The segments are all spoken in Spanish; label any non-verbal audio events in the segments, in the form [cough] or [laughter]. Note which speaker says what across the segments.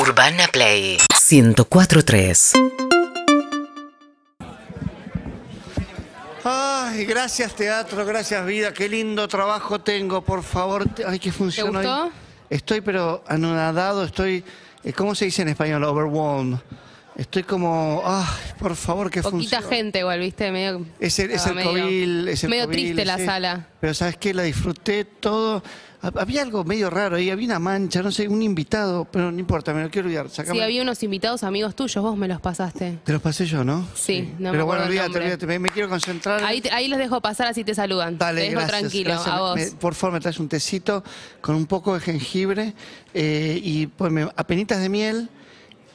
Speaker 1: Urbana Play 1043.
Speaker 2: Ay, gracias teatro, gracias vida, qué lindo trabajo tengo, por favor. te- Ay, qué funciona.
Speaker 3: gustó?
Speaker 2: Estoy pero anonadado, estoy, eh, ¿cómo se dice en español? Overwhelmed. Estoy como, ay, por favor, que
Speaker 3: Poquita
Speaker 2: funcione.
Speaker 3: gente igual, viste, medio.
Speaker 2: Es el, es
Speaker 3: estaba
Speaker 2: el
Speaker 3: medio-
Speaker 2: COVID, es el
Speaker 3: medio
Speaker 2: COVID,
Speaker 3: triste la
Speaker 2: sí.
Speaker 3: sala.
Speaker 2: Pero sabes qué, la disfruté todo. Ha- Había algo medio raro ahí, había una mancha, no sé, un invitado, pero no importa, me lo quiero olvidar. sacame-
Speaker 3: Sí, había unos invitados amigos tuyos, vos me los pasaste.
Speaker 2: Te los pasé yo, ¿no?
Speaker 3: Sí, no
Speaker 2: Pero
Speaker 3: me
Speaker 2: bueno,
Speaker 3: acuerdo el
Speaker 2: olvídate,
Speaker 3: nombre.
Speaker 2: olvídate, me, me quiero concentrar.
Speaker 3: Ahí, te- ahí los dejo pasar, así te saludan.
Speaker 2: Dale,
Speaker 3: te dejo
Speaker 2: gracias,
Speaker 3: tranquilo,
Speaker 2: gracias.
Speaker 3: a vos.
Speaker 2: Me- por favor, me traes un tecito con un poco de jengibre eh, y ponme apenitas de miel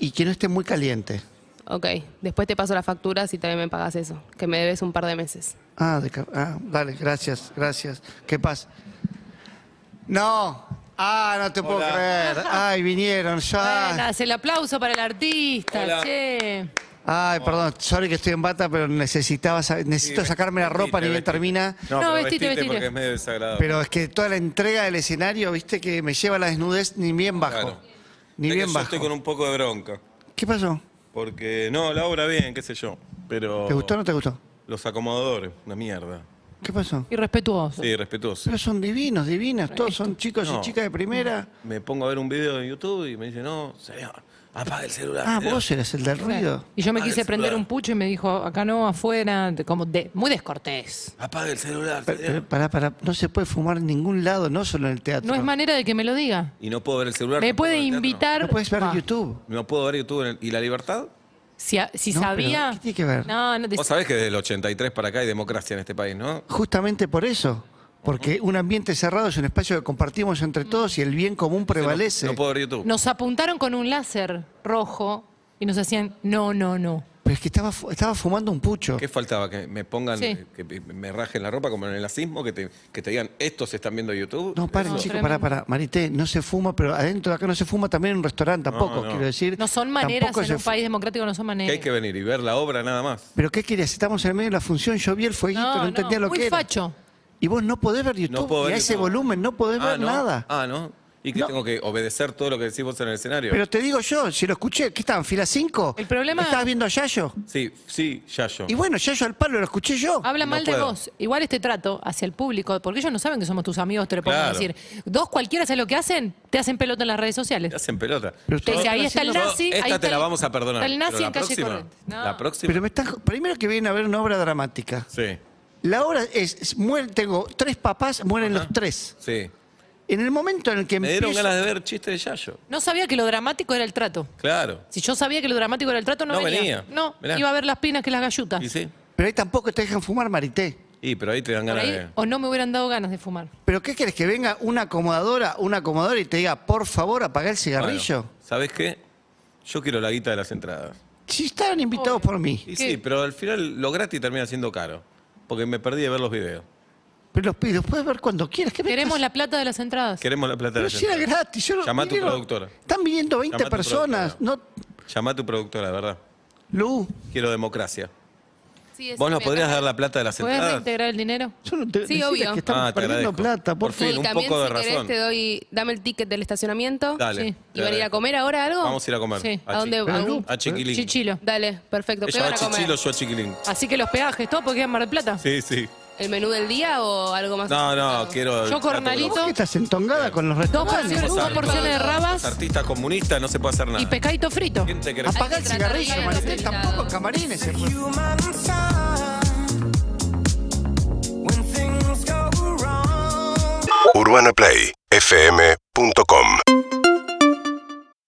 Speaker 2: y que no esté muy caliente.
Speaker 3: Ok, después te paso las facturas y también me pagas eso, que me debes un par de meses.
Speaker 2: Ah, de ca- ah, dale, gracias, gracias. ¿Qué pasa? No. Ah, no te puedo creer. Ay, vinieron
Speaker 4: Bueno,
Speaker 2: ya.
Speaker 4: hace el aplauso para el artista, che.
Speaker 2: Ay, perdón, sorry que estoy en bata, pero necesitaba, sa- necesito sacarme la ropa ni bien
Speaker 5: vestite.
Speaker 2: termina.
Speaker 5: No,
Speaker 4: No,
Speaker 5: pero vestite,
Speaker 4: vestite, vestite.
Speaker 5: porque es medio desagradable.
Speaker 2: Pero es que toda la entrega del escenario, viste, que me lleva a la desnudez ni bien bajo.
Speaker 5: Claro.
Speaker 2: Ni
Speaker 5: Es que
Speaker 2: bien
Speaker 5: yo
Speaker 2: bajo.
Speaker 5: estoy con un poco de bronca.
Speaker 2: ¿Qué pasó?
Speaker 5: Porque, no, la obra bien, qué sé yo. Pero.
Speaker 2: ¿Te gustó o no te gustó?
Speaker 5: Los acomodadores, una mierda.
Speaker 2: ¿Qué pasó?
Speaker 4: Irrespetuoso.
Speaker 5: Sí, respetuoso.
Speaker 2: Pero son divinos, divinas, todos son chicos y
Speaker 5: No.
Speaker 2: chicas de primera.
Speaker 5: Me pongo a ver un video en YouTube y me dice, no, señor, apaga el celular.
Speaker 2: Ah,
Speaker 5: señor".
Speaker 2: vos eras el del ruido.
Speaker 4: Y yo me
Speaker 5: Ah,
Speaker 4: quise
Speaker 5: el
Speaker 4: prender
Speaker 5: celular.
Speaker 4: un pucho y me dijo, acá no, afuera, de- como de- muy descortés.
Speaker 5: Apaga el celular,
Speaker 2: Pero,
Speaker 5: señor.
Speaker 2: pero pará, pará, no se puede fumar en ningún lado, no solo en el teatro.
Speaker 4: No es manera de que me lo diga.
Speaker 5: Y no puedo ver el celular.
Speaker 4: Me
Speaker 5: tampoco
Speaker 4: puede
Speaker 5: en el teatro.
Speaker 4: invitar.
Speaker 2: No puedes ver
Speaker 4: Va,
Speaker 2: YouTube.
Speaker 5: No puedo ver YouTube. en el- ¿Y la libertad?
Speaker 4: Si, a- si
Speaker 2: No,
Speaker 4: sabía.
Speaker 2: pero, ¿qué tiene que ver?
Speaker 4: No, no te-
Speaker 5: Vos sabés que desde el 83 para acá hay democracia en este país, ¿no?
Speaker 2: Justamente por eso. Porque un ambiente cerrado es un espacio que compartimos entre todos y el bien común prevalece.
Speaker 5: No puedo ver YouTube.
Speaker 4: Nos apuntaron con un láser rojo y nos hacían, no, no, no.
Speaker 2: Pero es que estaba, fu- estaba fumando un pucho. [laughs]
Speaker 5: ¿Qué faltaba? ¿Que me pongan,
Speaker 4: Sí.
Speaker 5: que me rajen la ropa como en el nazismo? ¿Que te, que te digan, estos están viendo YouTube?
Speaker 2: No, paren,
Speaker 4: No,
Speaker 2: chicos, pará,
Speaker 4: tremendo.
Speaker 2: pará. Marité, no se fuma, pero adentro de acá no se fuma también en un restaurante tampoco,
Speaker 5: No, no.
Speaker 2: quiero decir.
Speaker 4: No son maneras
Speaker 2: Tampoco
Speaker 4: en
Speaker 2: se
Speaker 4: un
Speaker 2: fu-
Speaker 4: país democrático, no son
Speaker 5: Que
Speaker 4: maneras.
Speaker 5: hay que venir y ver la obra nada más.
Speaker 2: ¿Pero qué querías? Estamos en el medio de la función, yo vi el fueguito, no,
Speaker 4: no, no,
Speaker 2: entendía lo
Speaker 4: muy
Speaker 2: que era.
Speaker 4: facho.
Speaker 2: Y vos no podés ver YouTube.
Speaker 5: No puedo
Speaker 2: y
Speaker 5: ver
Speaker 2: a ese
Speaker 5: YouTube.
Speaker 2: volumen no podés
Speaker 5: Ah,
Speaker 2: ver
Speaker 5: ¿no?
Speaker 2: nada.
Speaker 5: Ah, ¿no? Y que
Speaker 2: No.
Speaker 5: tengo que obedecer todo lo que decís vos en el escenario.
Speaker 2: Pero te digo yo, si lo escuché, ¿qué estaban? ¿Fila 5?
Speaker 4: El problema-
Speaker 2: ¿Estabas viendo a Yayo?
Speaker 5: Sí, sí, Yayo.
Speaker 2: Y bueno, Yayo al palo lo escuché yo.
Speaker 4: Habla
Speaker 5: No
Speaker 4: mal de
Speaker 5: puedo.
Speaker 4: vos. Igual este trato hacia el público, porque ellos no saben que somos tus amigos, te lo podemos
Speaker 5: Claro.
Speaker 4: decir. Dos cualquiera sabe lo que hacen, te hacen pelota en las redes sociales.
Speaker 5: Te hacen pelota.
Speaker 2: Pero
Speaker 4: Te
Speaker 2: ustedes
Speaker 4: dice,
Speaker 2: están
Speaker 4: ahí está el
Speaker 2: haciendo-
Speaker 5: Yo-
Speaker 4: nazi.
Speaker 5: Esta
Speaker 4: ahí está
Speaker 5: te la
Speaker 4: el-
Speaker 5: vamos a perdonar.
Speaker 4: El nazi
Speaker 5: pero
Speaker 4: en
Speaker 5: la
Speaker 4: calle
Speaker 5: próxima,
Speaker 4: Corrientes. No.
Speaker 5: La próxima.
Speaker 2: Pero me están... Primero que vienen a ver una obra dramática.
Speaker 5: Sí,
Speaker 2: La obra es... es- muere- tengo tres papás, mueren los tres.
Speaker 5: sí.
Speaker 2: En el momento en el que
Speaker 5: Me dieron
Speaker 2: empiezo-
Speaker 5: ganas de ver chistes de Yayo.
Speaker 4: No sabía que lo dramático era el trato.
Speaker 5: Claro.
Speaker 4: Si yo sabía que lo dramático era el trato, no,
Speaker 5: No venía.
Speaker 4: No,
Speaker 5: Mirá.
Speaker 4: iba a ver las pinas que las gallutas.
Speaker 5: Y sí.
Speaker 2: Pero ahí tampoco te dejan fumar, Marité.
Speaker 5: Y pero ahí te dan
Speaker 4: Por
Speaker 5: ganas
Speaker 4: ahí,
Speaker 5: de.
Speaker 4: o no me hubieran dado ganas de fumar.
Speaker 2: ¿Pero qué querés? ¿Que venga una acomodadora, una acomodadora y te diga, por favor, apaga el cigarrillo?
Speaker 5: ¿Sabes qué? Yo quiero la guita de las entradas.
Speaker 2: Si estaban invitados por mí.
Speaker 5: Y
Speaker 4: ¿Qué?
Speaker 5: sí, pero al final lo gratis termina siendo caro. Porque me perdí de ver los videos.
Speaker 2: Pero los pidos puedes ver cuando quieras. ¿Qué me
Speaker 4: Queremos
Speaker 2: estás-
Speaker 4: la plata de las entradas.
Speaker 5: Queremos la plata de
Speaker 2: Pero
Speaker 5: las
Speaker 2: si era
Speaker 5: entradas.
Speaker 2: gratis. Yo no-
Speaker 5: Llamá a tu
Speaker 2: vinieron-
Speaker 5: productora.
Speaker 2: Están viendo 20
Speaker 5: Llamá a tu
Speaker 2: personas. No,
Speaker 5: Llamá a tu productora, de verdad.
Speaker 2: Lu,
Speaker 5: Quiero democracia.
Speaker 3: Sí,
Speaker 5: ¿Vos nos
Speaker 3: me
Speaker 5: podrías
Speaker 3: acaba-
Speaker 5: dar la plata de las
Speaker 4: ¿Puedes
Speaker 5: entradas?
Speaker 4: reintegrar el dinero?
Speaker 2: yo no te
Speaker 3: Sí,
Speaker 2: decidas
Speaker 3: obvio.
Speaker 2: que estamos
Speaker 5: Ah, te
Speaker 2: perdiendo
Speaker 5: agradezco.
Speaker 2: plata. Por
Speaker 5: Por
Speaker 2: favor.
Speaker 5: fin.
Speaker 3: y
Speaker 5: un
Speaker 3: también,
Speaker 5: poco de
Speaker 3: si querés,
Speaker 5: razón.
Speaker 3: te doy, dame el ticket del estacionamiento.
Speaker 5: Dale.
Speaker 4: Sí.
Speaker 5: te
Speaker 3: ¿Y van a ir a
Speaker 5: agradezco.
Speaker 3: comer ahora algo?
Speaker 5: Vamos a ir a comer.
Speaker 4: Sí.
Speaker 3: ¿A dónde
Speaker 5: Chiquilín.
Speaker 3: va?
Speaker 2: Lu-
Speaker 5: A Chiquilín.
Speaker 4: Chichilo.
Speaker 3: Dale, perfecto. ¿Qué
Speaker 5: Ella
Speaker 3: van
Speaker 5: a
Speaker 3: a comer?
Speaker 5: Chichilo, yo a Chiquilín.
Speaker 4: Así que los peajes, todo porque quedar en Mar del Plata.
Speaker 5: Sí, sí.
Speaker 3: ¿El menú del día o algo más?
Speaker 5: No, no, quiero...
Speaker 4: Yo cornalito.
Speaker 2: ¿Por qué estás entongada con los
Speaker 4: Dos
Speaker 2: restaurantes?
Speaker 4: porciones,
Speaker 5: Vamos a
Speaker 4: dos
Speaker 5: ver.
Speaker 4: porciones de
Speaker 5: Los
Speaker 4: rabas
Speaker 5: artistas comunistas no se puede hacer nada.
Speaker 4: y pescadito frito.
Speaker 5: ¿Quién te crees?
Speaker 2: Apaga el
Speaker 3: Hay que tratar de
Speaker 2: cigarrillo,
Speaker 3: ir a
Speaker 2: Marité.
Speaker 3: los
Speaker 2: Tampoco
Speaker 3: lados.
Speaker 2: camarines. se puede.
Speaker 6: human time when things go wrong.
Speaker 7: UrbanaPlayFM.com